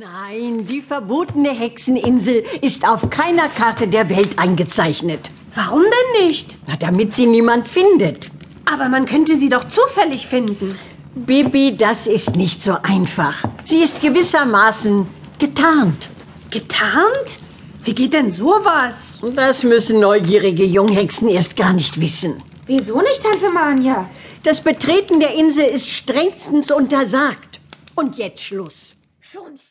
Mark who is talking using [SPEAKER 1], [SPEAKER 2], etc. [SPEAKER 1] Nein, die verbotene Hexeninsel ist auf keiner Karte der Welt eingezeichnet.
[SPEAKER 2] Warum denn nicht?
[SPEAKER 1] Na, damit sie niemand findet.
[SPEAKER 2] Aber man könnte sie doch zufällig finden.
[SPEAKER 1] Bibi, das ist nicht so einfach. Sie ist gewissermaßen getarnt.
[SPEAKER 2] Getarnt? Wie geht denn sowas?
[SPEAKER 1] Das müssen neugierige Junghexen erst gar nicht wissen.
[SPEAKER 2] Wieso nicht, Tante Manja?
[SPEAKER 1] Das Betreten der Insel ist strengstens untersagt. Und jetzt Schluss.
[SPEAKER 2] Schon.